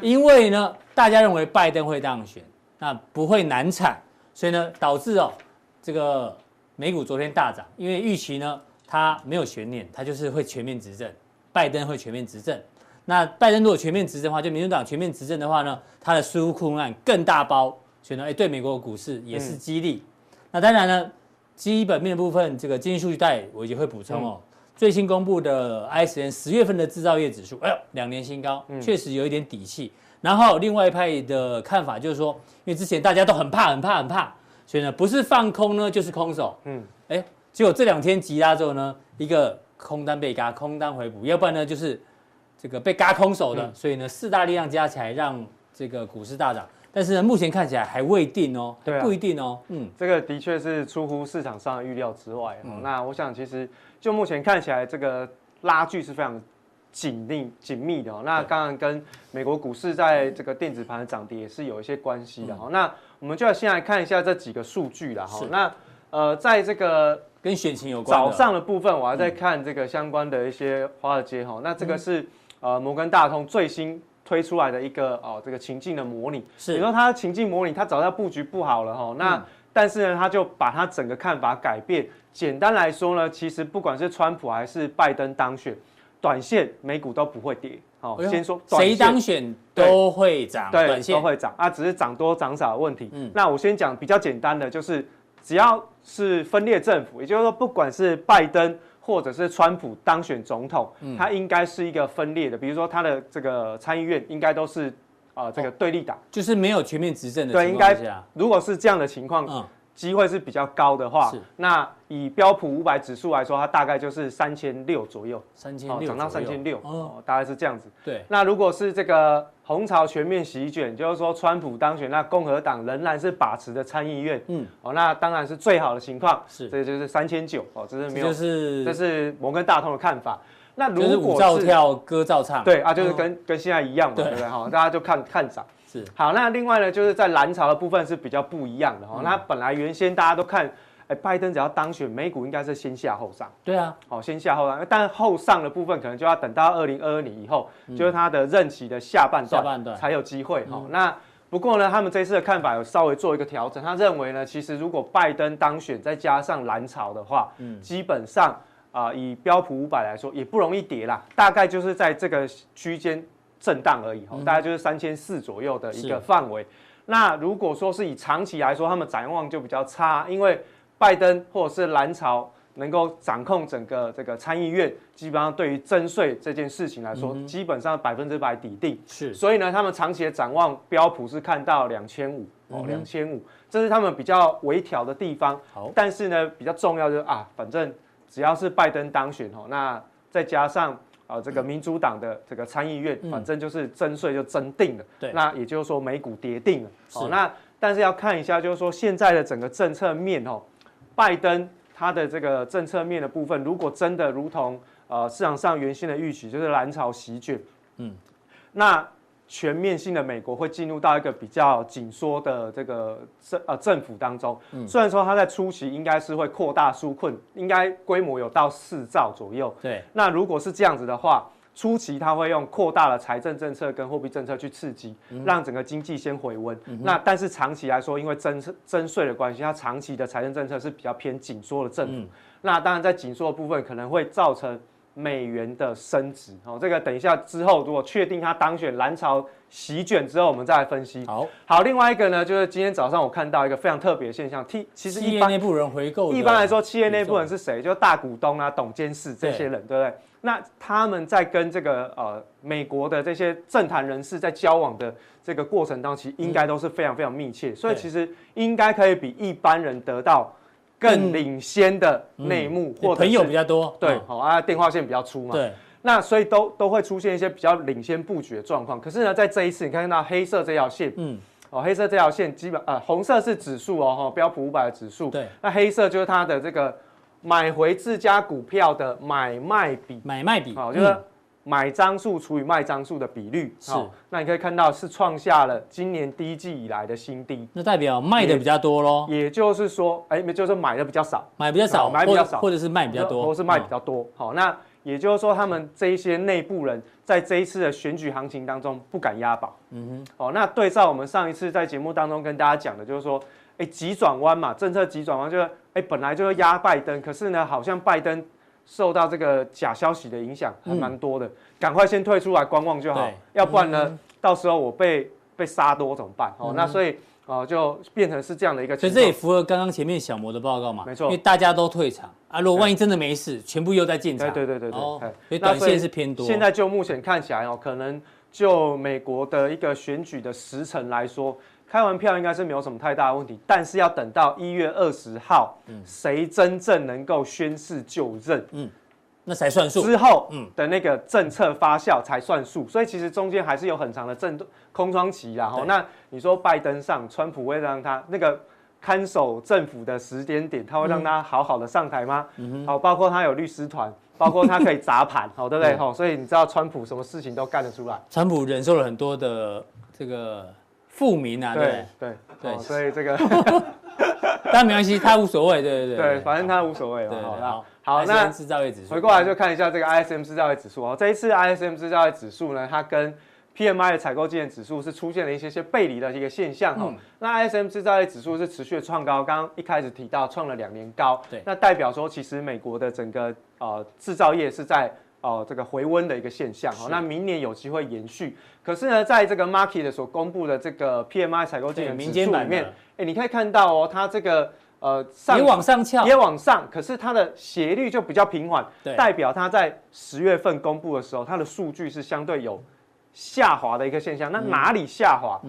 Speaker 1: 因为呢，大家认为拜登会当选，那不会难产，所以呢，导致哦，这个美股昨天大涨，因为预期呢，他没有悬念，他就是会全面执政，拜登会全面执政。那拜登如果全面执政的话，就民主党全面执政的话呢，他的纾困案更大包，所以呢，哎，对美国股市也是激励。那当然呢，基本面的部分，这个经济数据带我也会补充
Speaker 3: 嗯
Speaker 1: 哦。最新公布的 ISM 十月份的制造业指数，哎呦，两年新高，
Speaker 3: 嗯
Speaker 1: 确实有一点底气。然后另外一派的看法就是说，因为之前大家都很怕、很怕、很怕，所以呢，不是放空呢，就是空手。嗯，哎，结果这两天急拉之后呢，一个空单被嘎，空单回补，要不然呢就是这个被嘎空手
Speaker 3: 嗯
Speaker 1: 的，所以呢，四大力量加起来让这个股市大涨。但是呢，目前看起来还未定哦，
Speaker 3: 对啊
Speaker 1: 还不一定哦。嗯，
Speaker 3: 这个的确是出乎市场上的预料之外、哦那我想，其实就目前看起来，这个拉锯是非常紧密紧密的、哦。那当然跟美国股市在这个电子盘的涨跌也是有一些关系的、哦。那我们就要先来看一下这几个数据啦、哈
Speaker 1: 是。
Speaker 3: 那呃，在这个
Speaker 1: 跟选情有关的。
Speaker 3: 早上的部分，我还在看这个相关的一些华尔街
Speaker 1: 嗯
Speaker 3: 哈，那这个是呃摩根大通最新推出来的一个哦这个情境的模拟。
Speaker 1: 是嗯
Speaker 3: 你说它情境模拟，它早在布局不好了哈，那但是呢，它就把它整个看法改变。简单来说呢，其实不管是川普还是拜登当选，短线美股都不会跌。好
Speaker 1: 哎，呦
Speaker 3: 先说短
Speaker 1: 谁
Speaker 3: 线
Speaker 1: 当选都会涨，
Speaker 3: 对
Speaker 1: 短，线嗯
Speaker 3: 都会涨啊，只是涨多涨少的问题。那我先讲比较简单的，就是只要是分裂政府，也就是说，不管是拜登或者是川普当选总统，
Speaker 1: 嗯
Speaker 3: 他应该是一个分裂的，比如说他的这个参议院应该都是呃这个对立党，
Speaker 1: 就是没有全面执哦政的
Speaker 3: 对，
Speaker 1: 情
Speaker 3: 应
Speaker 1: 况
Speaker 3: 该
Speaker 1: 下，
Speaker 3: 如果是这样的情况，
Speaker 1: 嗯，
Speaker 3: 机会是比较高的话
Speaker 1: 是，
Speaker 3: 那以标普五百指数来说，它大概就是三千六左右，
Speaker 1: 三千
Speaker 3: 哦，
Speaker 1: 六
Speaker 3: 涨到三千六，
Speaker 1: 哦，
Speaker 3: 哦，大概是这样子。
Speaker 1: 对，
Speaker 3: 那如果是这个红潮全面席卷，就是说川普当选，那共和党仍然是把持着参议院，
Speaker 1: 嗯
Speaker 3: 嗯，哦，那当然是最好的情况，
Speaker 1: 是
Speaker 3: 这就是三千九，哦，这是
Speaker 1: 这
Speaker 3: 没有，
Speaker 1: 就
Speaker 3: 这
Speaker 1: 是
Speaker 3: 是摩根大通的看法。那
Speaker 1: 就是
Speaker 3: 如
Speaker 1: 舞
Speaker 3: 果
Speaker 1: 照
Speaker 3: 是
Speaker 1: 跳，歌照唱，
Speaker 3: 对啊，就是跟、跟现在一样嘛，
Speaker 1: 对
Speaker 3: 对不对？哈，大家就看看涨。
Speaker 1: 是
Speaker 3: 好，那另外呢，就是在蓝潮的部分是比较不一样的哈、
Speaker 1: 嗯
Speaker 3: 哦。那本来原先大家都看，哎，拜登只要当选，美股应该是先下后上。
Speaker 1: 对啊，
Speaker 3: 好、先下后上，但后上的部分可能就要等到二零二二年以后，就是他的任期的下半段
Speaker 1: 嗯下半段嗯
Speaker 3: 才有机会。好、那不过呢，他们这次的看法有稍微做一个调整，他认为呢，其实如果拜登当选，再加上蓝潮的话，
Speaker 1: 嗯
Speaker 3: 基本上啊、以标普五百来说，也不容易跌啦，大概就是在这个区间震荡而已，哈、大概就是三千四左右的一个
Speaker 1: 是
Speaker 3: 范围。那如果说是以长期来说，他们展望就比较差，因为拜登或者是蓝潮能够掌控整个这个参议院，基本上对于征税这件事情来说，基本上百分之百抵定。
Speaker 1: 是
Speaker 3: 所以呢，他们长期的展望标普是看到两千五哦，两千五，这是他们比较微调的地方。
Speaker 1: 好
Speaker 3: 但是呢，比较重要就是啊，反正只要是拜登当选哦，那再加上啊、这个民主党的这个参议院，反正就是征税就征定了，
Speaker 1: 嗯对
Speaker 3: 那也就是说美股跌定了。
Speaker 1: 是
Speaker 3: 哦，那但是要看一下，就是说现在的整个政策面哦，拜登他的这个政策面的部分，如果真的如同呃市场上原先的预期，就是蓝潮席卷，
Speaker 1: 嗯
Speaker 3: 嗯，那全面性的美国会进入到一个比较紧缩的这个政呃政府当中。
Speaker 1: 嗯
Speaker 3: 虽然说它在初期应该是会扩大纾困，应该规模有到四兆左右。
Speaker 1: 对，
Speaker 3: 那如果是这样子的话，初期它会用扩大的财政政策跟货币政策去刺激，
Speaker 1: 嗯
Speaker 3: 让整个经济先回温。那但是长期来说，因为征征税的关系，它长期的财政政策是比较偏紧缩的政府。
Speaker 1: 嗯
Speaker 3: 那当然在紧缩的部分可能会造成美元的升值。哦，这个等一下之后如果确定他当选蓝潮席卷之后，我们再来分析。
Speaker 1: 好，
Speaker 3: 好，另外一个呢，就是今天早上我看到一个非常特别的现象，其其实
Speaker 1: 企
Speaker 3: 一
Speaker 1: 业
Speaker 3: 般
Speaker 1: 内部人回购的，
Speaker 3: 一般来说，企业内部人是谁？就大股东啊、董监事这些人，对不对？那他们在跟这个呃美国的这些政坛人士在交往的这个过程当中，其实应该都是非常非常密切，所以
Speaker 1: 对
Speaker 3: 其实应该可以比一般人得到更领先的内幕，或者
Speaker 1: 嗯朋友
Speaker 3: 是
Speaker 1: 比较多，
Speaker 3: 对
Speaker 1: 嗯，
Speaker 3: 好啊，电话线比较粗嘛，
Speaker 1: 对，
Speaker 3: 那所以都都会出现一些比较领先布局的状况。可是呢，在这一次，你看到黑色这条线，
Speaker 1: 嗯，
Speaker 3: 哦，黑色这条线基本呃，红色是指数哦，哈，标普五百的指数，
Speaker 1: 对，
Speaker 3: 那黑色就是它的这个买回自家股票的买卖比，
Speaker 1: 买卖比，嗯
Speaker 3: 好、就是买张数除以卖张数的比率，
Speaker 1: 是
Speaker 3: 好那你可以看到是创下了今年第一季以来的新低，
Speaker 1: 那代表卖的比较多喽，
Speaker 3: 也就是说，哎，就是买的比较少，
Speaker 1: 买比较少，
Speaker 3: 好买比较
Speaker 1: 或者
Speaker 3: 少
Speaker 1: 或者是卖比较多，
Speaker 3: 都是卖比
Speaker 1: 嗯
Speaker 3: 较多。好，那也就是说，他们这一些内部人在这一次的选举行情当中不敢押宝。嗯哼。好，那对照我们上一次在节目当中跟大家讲的，就是说，哎，急转弯嘛，政策急转弯，就是哎本来就是压拜登，可是呢，好像拜登受到这个假消息的影响还蛮多的，赶快先退出来观望就
Speaker 1: 嗯
Speaker 3: 好
Speaker 1: 对，嗯
Speaker 3: 要不然呢，到时候我被被杀多怎么办？哦，那所以。哦，就变成是这样的一个
Speaker 1: 所
Speaker 3: 情
Speaker 1: 以
Speaker 3: 况，
Speaker 1: 这也符合刚刚前面小魔的报告嘛，
Speaker 3: 没错
Speaker 1: 因为大家都退场啊，如果万一真的没事，全部又在进场，
Speaker 3: 对对对对对
Speaker 1: 哦
Speaker 3: 哎
Speaker 1: 所以
Speaker 3: 那
Speaker 1: 短
Speaker 3: 所以
Speaker 1: 线是偏多，
Speaker 3: 现在就目前看起来哦，可能就美国的一个选举的时程来说，开完票应该是没有什么太大的问题，但是要等到一月二十号，
Speaker 1: 嗯
Speaker 3: 谁真正能够宣誓就任
Speaker 1: 那才算数，
Speaker 3: 之后
Speaker 1: 嗯
Speaker 3: 的那个政策发酵才算数，所以其实中间还是有很长的震空窗期啦。哈
Speaker 1: 对，
Speaker 3: 那你说拜登上，川普会让他那个看守政府的时间点，他会让他好好的上台吗？
Speaker 1: 嗯
Speaker 3: 好，包括他有律 师团，包括他可以砸盘，好，对不对？
Speaker 1: 嗯
Speaker 3: 好，所以你知道川普什么事情都干得出来。
Speaker 1: 川普忍受了很多的这个负民啊，对
Speaker 3: 对，对
Speaker 1: 对
Speaker 3: 对，好所以这个
Speaker 1: 但没关系，他无所谓，对对
Speaker 3: 对，反正他无所谓
Speaker 1: 对
Speaker 3: 嘛。
Speaker 1: 对
Speaker 3: 好
Speaker 1: 好
Speaker 3: 啦，，好，
Speaker 1: 还是
Speaker 3: 那
Speaker 1: 制造业指数
Speaker 3: 回过来就看一下这个 ISM 制造业指数哦。这一次 ISM 制造业指数呢，它跟 PMI 的采购经理指数是出现了一些些背离的一个现象
Speaker 1: 嗯
Speaker 3: 哦。那 ISM 制造业指数是持续的创高，刚刚一开始提到创了两年高，
Speaker 1: 对
Speaker 3: 那代表说其实美国的整个呃制造业是在呃这个回温的一个现象哦。那明年有机会延续，可是呢，在这个 market 的所公布的这个 PMI 采购经
Speaker 1: 对
Speaker 3: 理
Speaker 1: 民
Speaker 3: 指
Speaker 1: 间
Speaker 3: 数
Speaker 1: 版
Speaker 3: 里面
Speaker 1: 的，
Speaker 3: 哎，你可以看到哦，它这个呃上
Speaker 1: 也往上翘
Speaker 3: 也，往上，可是它的斜率就比较平缓
Speaker 1: 对，
Speaker 3: 代表它在十月份公布的时候，它的数据是相对有下滑的一个现象。那哪里下滑？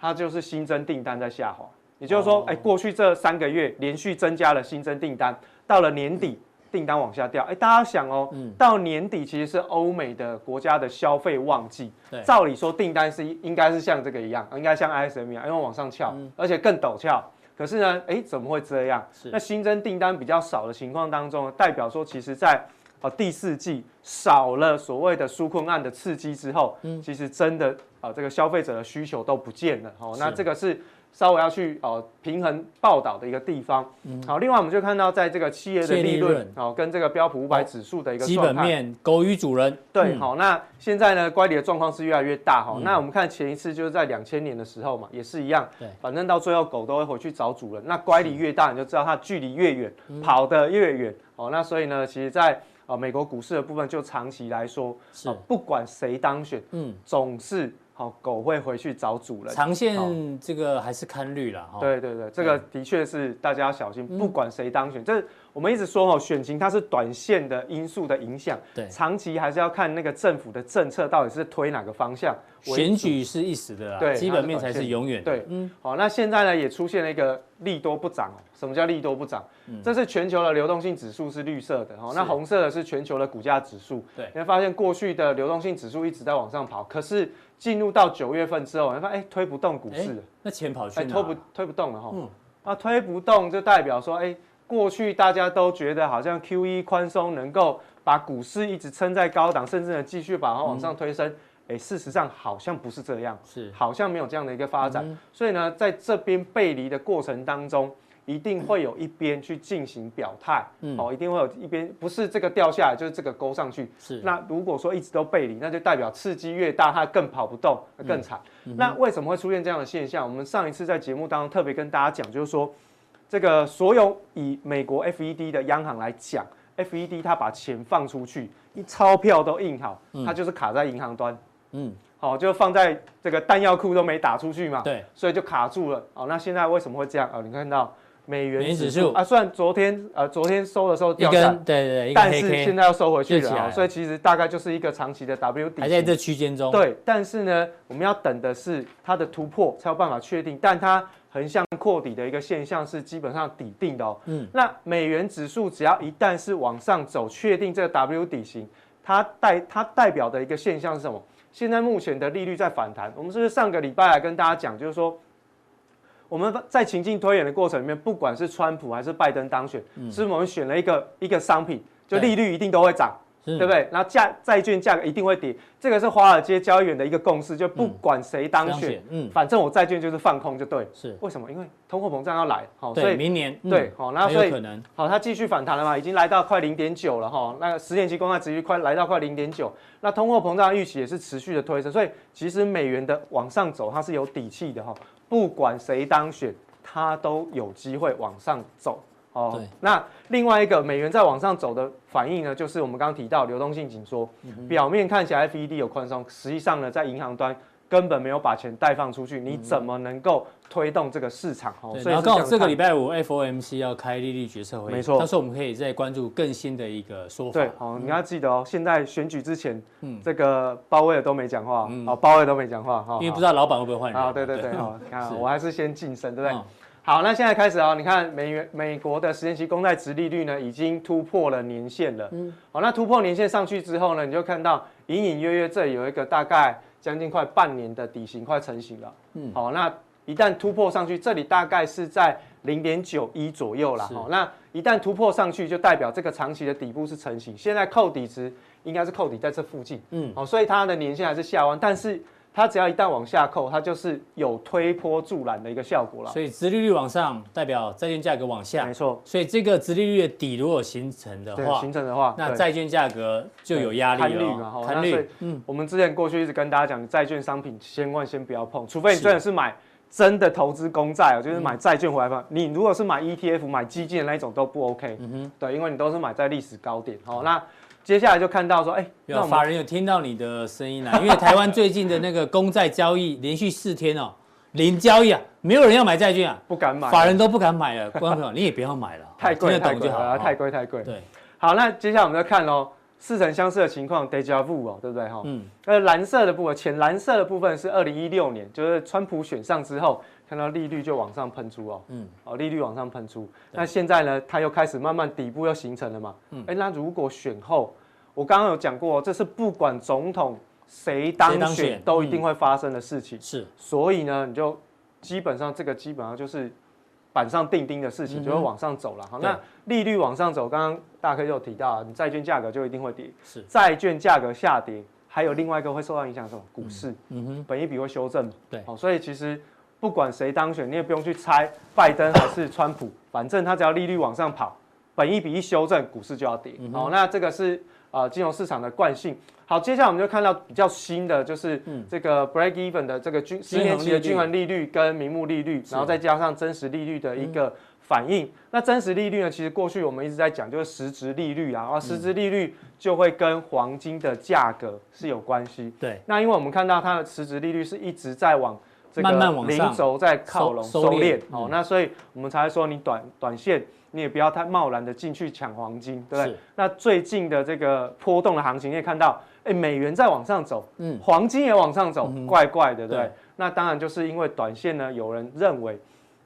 Speaker 3: 它就是新增订单在下滑。也就是说，哎、过去这三个月连续增加了新增订单，到了年底订单往下掉。哎，大家想哦，到年底其实是欧美的国家的消费旺季
Speaker 1: 对，
Speaker 3: 照理说订单是应该是像这个一样，应该像 ISM 一样，因为往上翘，而且更陡峭。可是呢，哎，怎么会这样？那新增订单比较少的情况当中，代表说其实在呃第四季少了所谓的纾困案的刺激之后，其实真的啊、呃这个消费者的需求都不见了哦。那这个是稍微要去呃平衡报道的一个地方。好，另外我们就看到在这个企业的
Speaker 1: 企业利
Speaker 3: 利润
Speaker 1: 润
Speaker 3: 哦跟这个标普五百指数的一个
Speaker 1: 基
Speaker 3: 状
Speaker 1: 本
Speaker 3: 态
Speaker 1: 面狗与主人，
Speaker 3: 对，好，那现在呢，乖离的状况是越来越大
Speaker 1: 嗯
Speaker 3: 哈。那我们看前一次就是在两千年的时候嘛，也是一样，
Speaker 1: 对
Speaker 3: 反正到最后狗都会回去找主人。那乖离越大，你就知道它距离越远，
Speaker 1: 嗯
Speaker 3: 跑得越远。哦，那所以呢，其实在，呃美国股市的部分，就长期来说，
Speaker 1: 是
Speaker 3: 呃不管谁当选，
Speaker 1: 嗯
Speaker 3: 总是。好狗会回去找主人。
Speaker 1: 长
Speaker 3: 好
Speaker 1: 线这个还是看绿了哈。哦，嗯
Speaker 3: 对对对，这个的确是大家要小心，不管谁当选，这我们一直说哦，选情它是短线的因素的影响，
Speaker 1: 对
Speaker 3: 长期还是要看那个政府的政策到底是推哪个方向为主。
Speaker 1: 选举是一时的啦，
Speaker 3: 对
Speaker 1: 基本面才是永远的。
Speaker 3: 对，嗯，好，那现在呢也出现了一个利多不涨哦。什么叫利多不涨？这是全球的流动性指数是绿色的哦，那
Speaker 1: 嗯是
Speaker 3: 红色的是全球的股价指数。
Speaker 1: 对
Speaker 3: 你会发现过去的流动性指数一直在往上跑，可是进入到九月份之后，你会发现哎推不动股
Speaker 1: 哎
Speaker 3: 市了，
Speaker 1: 那钱跑去
Speaker 3: 哎
Speaker 1: 哪？嗯
Speaker 3: 推不推不动了哈。那推不动就代表说，哎，过去大家都觉得好像 Q E 宽松能够把股市一直撑在高档，甚至呢继续把它往上推升。哎，事实上好像不是这样。
Speaker 1: 嗯是嗯
Speaker 3: 好像没有这样的一个发展，所以呢，在这边背离的过程当中，一定会有一边去进行表态，
Speaker 1: 嗯
Speaker 3: 哦，一定会有一边不是这个掉下来，就是这个勾上去。
Speaker 1: 是
Speaker 3: 那如果说一直都背离，那就代表刺激越大，它更跑不动，
Speaker 1: 嗯
Speaker 3: 更惨。那为什么会出现这样的现象？我们上一次在节目当中特别跟大家讲，就是说这个所有以美国 FED 的央行来讲，FED 它把钱放出去，一钞票都印好，它就是卡在银行端。
Speaker 1: 嗯，
Speaker 3: 好、就放在这个弹药库都没打出去嘛，
Speaker 1: 对，
Speaker 3: 所以就卡住了。哦，那现在为什么会这样？哦，你看到美
Speaker 1: 美
Speaker 3: 元
Speaker 1: 元指
Speaker 3: 指数
Speaker 1: 数
Speaker 3: 啊，虽然昨天呃昨天收的时候
Speaker 1: 一
Speaker 3: 掉下来
Speaker 1: 根，对对对，一个
Speaker 3: 但
Speaker 1: 黑
Speaker 3: 是
Speaker 1: K，
Speaker 3: 现在又收回去
Speaker 1: 又起
Speaker 3: 了、
Speaker 1: 来
Speaker 3: 哦，
Speaker 1: 了
Speaker 3: 所以其实大概就是一个长期的 W 底型，
Speaker 1: 还在这区间中。，
Speaker 3: 对，但是呢，我们要等的是它的突破才有办法确定，但它横向扩底的一个现象是基本上底定的哦。嗯，那美元指数只要一旦是往上走，确定这个 W 底型，它代它代表的一个现象是什么？现在目前的利率在反弹，我们是不是上个礼拜来跟大家讲，就是说。我们在情境推演的过程里面，不管是川普还是拜登当选，是不是我们选了一个一个商品，就
Speaker 1: 嗯对
Speaker 3: 利率一定都会涨，
Speaker 1: 是
Speaker 3: 对不对？然后价债券价格一定会跌，这个是华尔街交易员的一个共识，就不管谁当
Speaker 1: 嗯当
Speaker 3: 选
Speaker 1: 选，嗯
Speaker 3: 反正我债券就是放空就对。
Speaker 1: 是
Speaker 3: 为什么？因为通货膨胀要来，好、哦所
Speaker 1: 对，
Speaker 3: 以
Speaker 1: 明年嗯
Speaker 3: 对好那
Speaker 1: 很
Speaker 3: 所以哦
Speaker 1: 有可能
Speaker 3: 好，它继续反弹了嘛，已经来到快零点九了哈、那个十年期公债殖利率快来到快零点九，那通货膨胀预期也是持续的推升，所以其实美元的往上走，它是有底气的哈、不管谁当选，它都有机会往上走。哦
Speaker 1: 对，
Speaker 3: 那另外一个美元在往上走的反应呢，就是我们刚刚提到流动性紧缩，
Speaker 1: 嗯
Speaker 3: 表面看起来 FED 有宽松，实际上呢，在银行端根本没有把钱贷放出去，你怎么能够推动这个市场？
Speaker 1: 嗯
Speaker 3: 哦，
Speaker 1: 对，
Speaker 3: 所以
Speaker 1: 然后
Speaker 3: 是
Speaker 1: 刚好
Speaker 3: 样
Speaker 1: 这个
Speaker 3: 看
Speaker 1: 礼拜五 FOMC 要开利率决策会议，
Speaker 3: 没错
Speaker 1: 到时候我们可以再关注更新的一个说法
Speaker 3: 对，。好、你要记得哦，现在选举之前，
Speaker 1: 嗯
Speaker 3: 这个鲍威尔都没讲话，哦，鲍威尔都没讲话，哈、
Speaker 1: 因为不知道老板会不会换人。
Speaker 3: 啊，对对对，好，你看
Speaker 1: 是
Speaker 3: 我还是先晋升，对不对
Speaker 1: 嗯？
Speaker 3: 好，那现在开始啊，你看美元美国的十年期公债值利率呢，已经突破了年限了。嗯，好，那突破年限上去之后呢，你就看到隐隐约约这里有一个大概将近快半年的底型快成型了。嗯，好，那一旦突破上去，这里大概是在零点九一左右啦。好，那一旦突破上去，就代表这个长期的底部是成型。现在扣底值应该是扣底在这附近。嗯，好，所以它的年限还是下弯，但是。它只要一旦往下扣，它就是有推波助澜的一个效果了。
Speaker 1: 所以殖利率往上代表债券价格往下，
Speaker 3: 没错。
Speaker 1: 所以这个殖利率的底如果形成的
Speaker 3: 对，
Speaker 1: 话
Speaker 3: 形，成的话，
Speaker 1: 那
Speaker 3: 对
Speaker 1: 债券价格就有压力
Speaker 3: 看
Speaker 1: 了
Speaker 3: 率嘛，
Speaker 1: 哦，
Speaker 3: 哈，
Speaker 1: 看
Speaker 3: 那所以
Speaker 1: 率，
Speaker 3: 嗯，我们之前过去一直跟大家讲，债券商品千万先不要碰，除非你真的是买真的投资公债哦，
Speaker 1: 嗯
Speaker 3: 就是买债券回来嘛。你如果是买 ETF、买基金的那一种都不 OK，嗯哼，对，因为你都是买在历史高点，好，那接下来就看到说，哎，那
Speaker 1: 有
Speaker 3: 我
Speaker 1: 法
Speaker 3: 们
Speaker 1: 人有听到你的声音啦，因 为台湾最近的那个公债交易连续四天哦，零交易啊，没有人要买债券啊，
Speaker 3: 不敢买，
Speaker 1: 法人都不敢买了，观众朋友 你也不要买了，
Speaker 3: 太贵
Speaker 1: 听得
Speaker 3: 太
Speaker 1: 懂
Speaker 3: 贵
Speaker 1: 就好
Speaker 3: 了，啊
Speaker 1: 了，
Speaker 3: 太贵太贵。
Speaker 1: 对，
Speaker 3: 好，那接下来我们就看喽，似曾相识的情况，deja vu 哦，对不对哈？
Speaker 1: 嗯
Speaker 3: 嗯。呃，蓝色的部分，浅蓝色的部分是二零一六年，就是川普选上之后，看到利率就往上喷出哦。
Speaker 1: 嗯
Speaker 3: 嗯。哦，利率往上喷出，那现在呢，它又开始慢慢底部又形成了嘛。嗯。哎，那如果选后，我刚刚有讲过哦，这是不管总统谁当
Speaker 1: 谁当
Speaker 3: 选
Speaker 1: 选嗯
Speaker 3: 都一定会发生的事情。
Speaker 1: 是
Speaker 3: 所以呢，你就基本上这个基本上就是板上钉钉的事情，就会往上走了。好，
Speaker 1: 对
Speaker 3: 那利率往上走，刚刚大哥就有提到啊，你债券价格就一定会跌，
Speaker 1: 是
Speaker 3: 债券价格下跌，还有另外一个会受到影响是什么？股市，
Speaker 1: 嗯哼，
Speaker 3: 本一比会修正嘛。
Speaker 1: 对
Speaker 3: 好，所以其实不管谁当选，你也不用去猜拜登还是川普，反正他只要利率往上跑，本一比一修正，股市就要跌。
Speaker 1: 嗯
Speaker 3: 好，那这个是呃金融市场的惯性。好，接下来我们就看到比较新的，就是
Speaker 1: 嗯
Speaker 3: 这个 break even 的这个均十
Speaker 1: 均衡
Speaker 3: 年期
Speaker 1: 利
Speaker 3: 的
Speaker 1: 率
Speaker 3: 均衡利率跟名目利率，然后再加上真实利率的一个反应。那真实利率呢？其实过去我们一直在讲，就是实质利率啊，然后实质利率就会跟黄金的价格是有关系。
Speaker 1: 对，
Speaker 3: 那因为我们看到它的实质利率是一直在往这个
Speaker 1: 慢慢往上
Speaker 3: 零轴在靠拢
Speaker 1: 收
Speaker 3: 收
Speaker 1: 收敛
Speaker 3: 敛
Speaker 1: 嗯
Speaker 3: 哦，那所以我们才会说你短短线你也不要太贸然的进去抢黄金，对不对
Speaker 1: 是？
Speaker 3: 那最近的这个波动的行情，你也看到，哎，美元在往上走，
Speaker 1: 嗯
Speaker 3: 黄金也往上走
Speaker 1: 嗯，哼
Speaker 3: 怪怪的，对不对
Speaker 1: 对？
Speaker 3: 那当然就是因为短线呢，有人认为。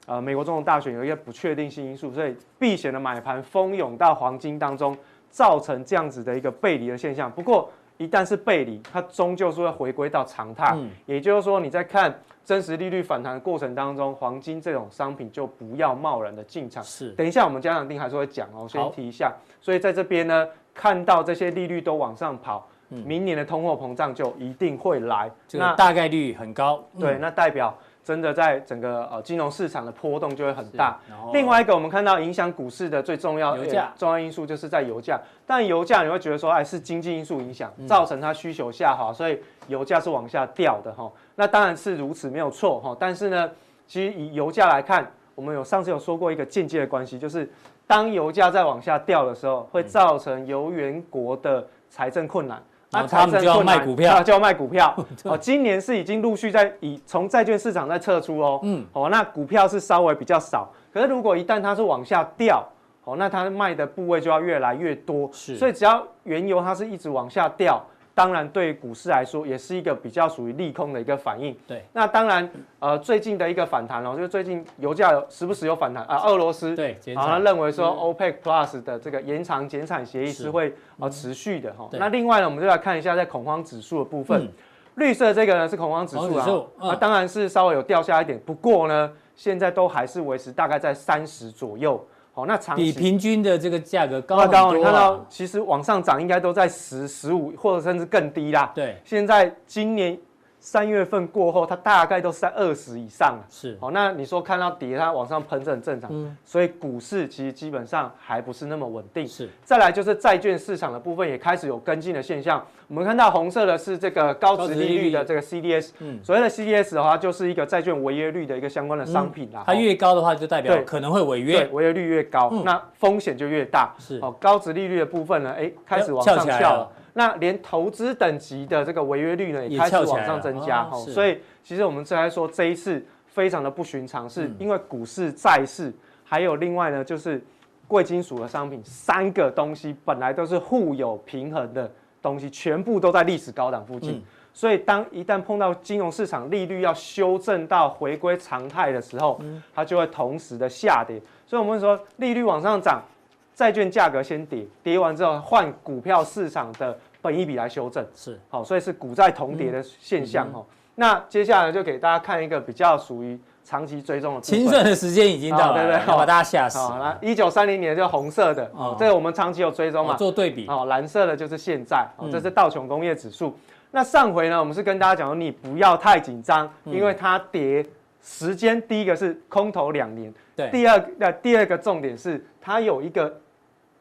Speaker 3: 呃，美国总统大选有一些不确定性因素，所以避险的买盘蜂涌到黄金当中，造成这样子的一个背离的现象。不过，一旦是背离，它终究是会回归到常态。
Speaker 1: 嗯
Speaker 3: 也就是说，你在看真实利率反弹的过程当中，黄金这种商品就不要贸然的进场。
Speaker 1: 是
Speaker 3: 等一下我们家长定还是会讲哦，
Speaker 1: 好
Speaker 3: 先提一下。所以在这边呢，看到这些利率都往上跑，明年的通货膨胀就一定会来。
Speaker 1: 这个嗯大概率很高。嗯
Speaker 3: 对，，那代表真的在整个呃金融市场的波动就会很大
Speaker 1: 是然后。
Speaker 3: 另外一个，我们看到影响股市的最重要呃
Speaker 1: 油价
Speaker 3: 重要因素就是在油价，但油价你会觉得说，哎，是经济因素影响，
Speaker 1: 嗯
Speaker 3: 造成它需求下滑，所以油价是往下掉的哈。那当然是如此，没有错哈。但是呢，其实以油价来看，我们有上次有说过一个间接的关系，就是当油价在往下掉的时候，会造成油源国的财政困难。
Speaker 1: 然后
Speaker 3: 那财
Speaker 1: 哦他们
Speaker 3: 政
Speaker 1: 就要
Speaker 3: 困难
Speaker 1: 卖股票
Speaker 3: 那就要卖股 票。哦，今年是已经陆续在以从债券市场在撤出哦。
Speaker 1: 嗯
Speaker 3: 嗯。哦，那股票是稍微比较少，可是如果一旦它是往下掉，哦，那它卖的部位就要越来越多。
Speaker 1: 是
Speaker 3: 所以只要原油它是一直往下掉，当然对股市来说也是一个比较属于利空的一个反应。
Speaker 1: 对。
Speaker 3: 那当然，呃，最近的一个反弹哦，就是最近油价有时不时有反弹啊、俄罗斯
Speaker 1: 对减产嗯
Speaker 3: 好，他认为说 OPEC Plus 的这个延长减产协议
Speaker 1: 是嗯
Speaker 3: 是会呃持续的哈。
Speaker 1: 对
Speaker 3: 那另外呢，我们就来看一下在恐慌指数的部分
Speaker 1: 嗯，
Speaker 3: 绿色这个呢是恐慌指
Speaker 1: 恐
Speaker 3: 数
Speaker 1: 慌
Speaker 3: 啊
Speaker 1: 指数，嗯
Speaker 3: 那当然是稍微有掉下一点，不过呢，现在都还是维持大概在三十左右。好，那长
Speaker 1: 比
Speaker 3: 期
Speaker 1: 平均的这个价格高
Speaker 3: 那
Speaker 1: 很多
Speaker 3: 刚
Speaker 1: 啊。
Speaker 3: 好你看到，其实往上涨应该都在十、十五或者甚至更低啦。
Speaker 1: 对
Speaker 3: 现在今年三月份过后，它大概都是在二十以上了。
Speaker 1: 是嗯
Speaker 3: 好，那你说看到跌，它往上喷是很正常，所以股市其实基本上还不是那么稳定。
Speaker 1: 是
Speaker 3: 再来就是债券市场的部分也开始有跟进的现象。我们看到红色的是这个高值利率的这个 CDS，
Speaker 1: 嗯
Speaker 3: 所谓的 CDS 的话，就是一个债券违约率的一个相关的商品啦。
Speaker 1: 它
Speaker 3: 哦
Speaker 1: 嗯越高的话，就代表
Speaker 3: 对
Speaker 1: 可能会违
Speaker 3: 对
Speaker 1: 约。
Speaker 3: 违约率越高，
Speaker 1: 嗯
Speaker 3: 那风险就越大。
Speaker 1: 是
Speaker 3: 哦，高值利率的部分呢，哎，开始往
Speaker 1: 翘
Speaker 3: 上
Speaker 1: 起来
Speaker 3: 翘
Speaker 1: 了
Speaker 3: 了。那连投资等级的这个违约率呢，
Speaker 1: 也
Speaker 3: 也开始
Speaker 1: 翘起来
Speaker 3: 往上
Speaker 1: 了
Speaker 3: 增加。
Speaker 1: 哦
Speaker 3: 哦，
Speaker 1: 是
Speaker 3: 所以其实我们正在说这一次非常的不寻常，是
Speaker 1: 嗯
Speaker 3: 因为股市、债市，还有另外呢就是贵金属的商品，三个东西本来都是互有平衡的东西，全部都在历史高档附近。
Speaker 1: 嗯
Speaker 3: 所以，当一旦碰到金融市场利率要修正到回归常态的时候，
Speaker 1: 嗯
Speaker 3: 它就会同时的下跌。所以，我们说利率往上涨，债券价格先跌，跌完之后换股票市场的本益比来修正。
Speaker 1: 是
Speaker 3: 好，所以是股债同跌的
Speaker 1: 嗯
Speaker 3: 现象哦。那接下来就给大家看一个比较属于长期追踪的部分
Speaker 1: 清算的时间已经到了，
Speaker 3: 哦对对对
Speaker 1: 要把大家吓死。
Speaker 3: 好，来一九三零年就红色的，
Speaker 1: 哦
Speaker 3: 这个我们长期有追踪嘛
Speaker 1: 哦，做对比，
Speaker 3: 哦，蓝色的就是现在，哦
Speaker 1: 嗯，
Speaker 3: 这是道琼工业指数。那上回呢，我们是跟大家讲说，你不要太紧张，
Speaker 1: 嗯
Speaker 3: 因为它跌时间，第一个是空头两年，
Speaker 1: 对，
Speaker 3: 第二那第二个重点是它有一个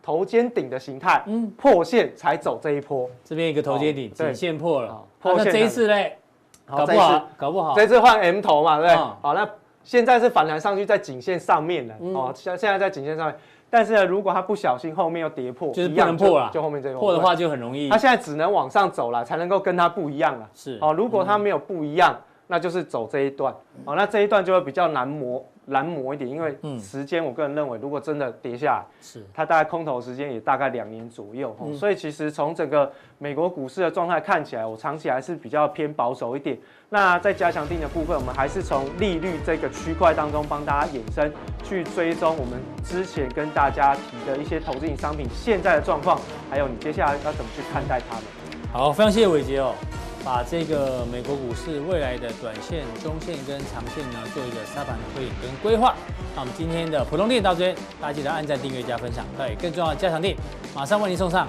Speaker 3: 头肩顶的形态，
Speaker 1: 嗯
Speaker 3: 破线才走这一波。
Speaker 1: 这边一个头肩顶，
Speaker 3: 哦对
Speaker 1: 颈线破了。啊
Speaker 3: 好破
Speaker 1: 那
Speaker 3: 线
Speaker 1: 这一
Speaker 3: 了
Speaker 1: 次嘞，
Speaker 3: 好
Speaker 1: 搞不
Speaker 3: 这一次
Speaker 1: 好，啊搞不好
Speaker 3: 这，次换 M 头嘛，对不对？
Speaker 1: 哦嗯
Speaker 3: 好，那现在是反弹上去，在颈线上面了。哦，现现在在颈线上面，但是呢，如果它不小心后面又跌破，
Speaker 1: 就是
Speaker 3: 一
Speaker 1: 不
Speaker 3: 样
Speaker 1: 能破了，
Speaker 3: 就就后面这一波
Speaker 1: 破的话就很容易
Speaker 3: 它。现在只能往上走了，才能够跟它不一样了。
Speaker 1: 是
Speaker 3: 哦，如果它没有不一样，那就是走这一段。哦，那这一段就会比较难磨难磨一点，因为
Speaker 1: 嗯
Speaker 3: 时间我个人认为，如果真的跌下来，
Speaker 1: 是嗯
Speaker 3: 它大概空头时间也大概两年左右、哦所以其实从整个美国股市的状态看起来，我长期还是比较偏保守一点。那在加强定的部分，我们还是从利率这个区块当中帮大家衍生去追踪我们之前跟大家提的一些投资型商品现在的状况，还有你接下来要怎么去看待它们。
Speaker 1: 好，非常谢谢伟杰哦，把这个美国股市未来的短线、中线跟长线呢做一个沙盘推演跟规划。那我们今天的普通店到这边，大家记得按赞、订阅、加分享，对，更重要的加强店马上为您送上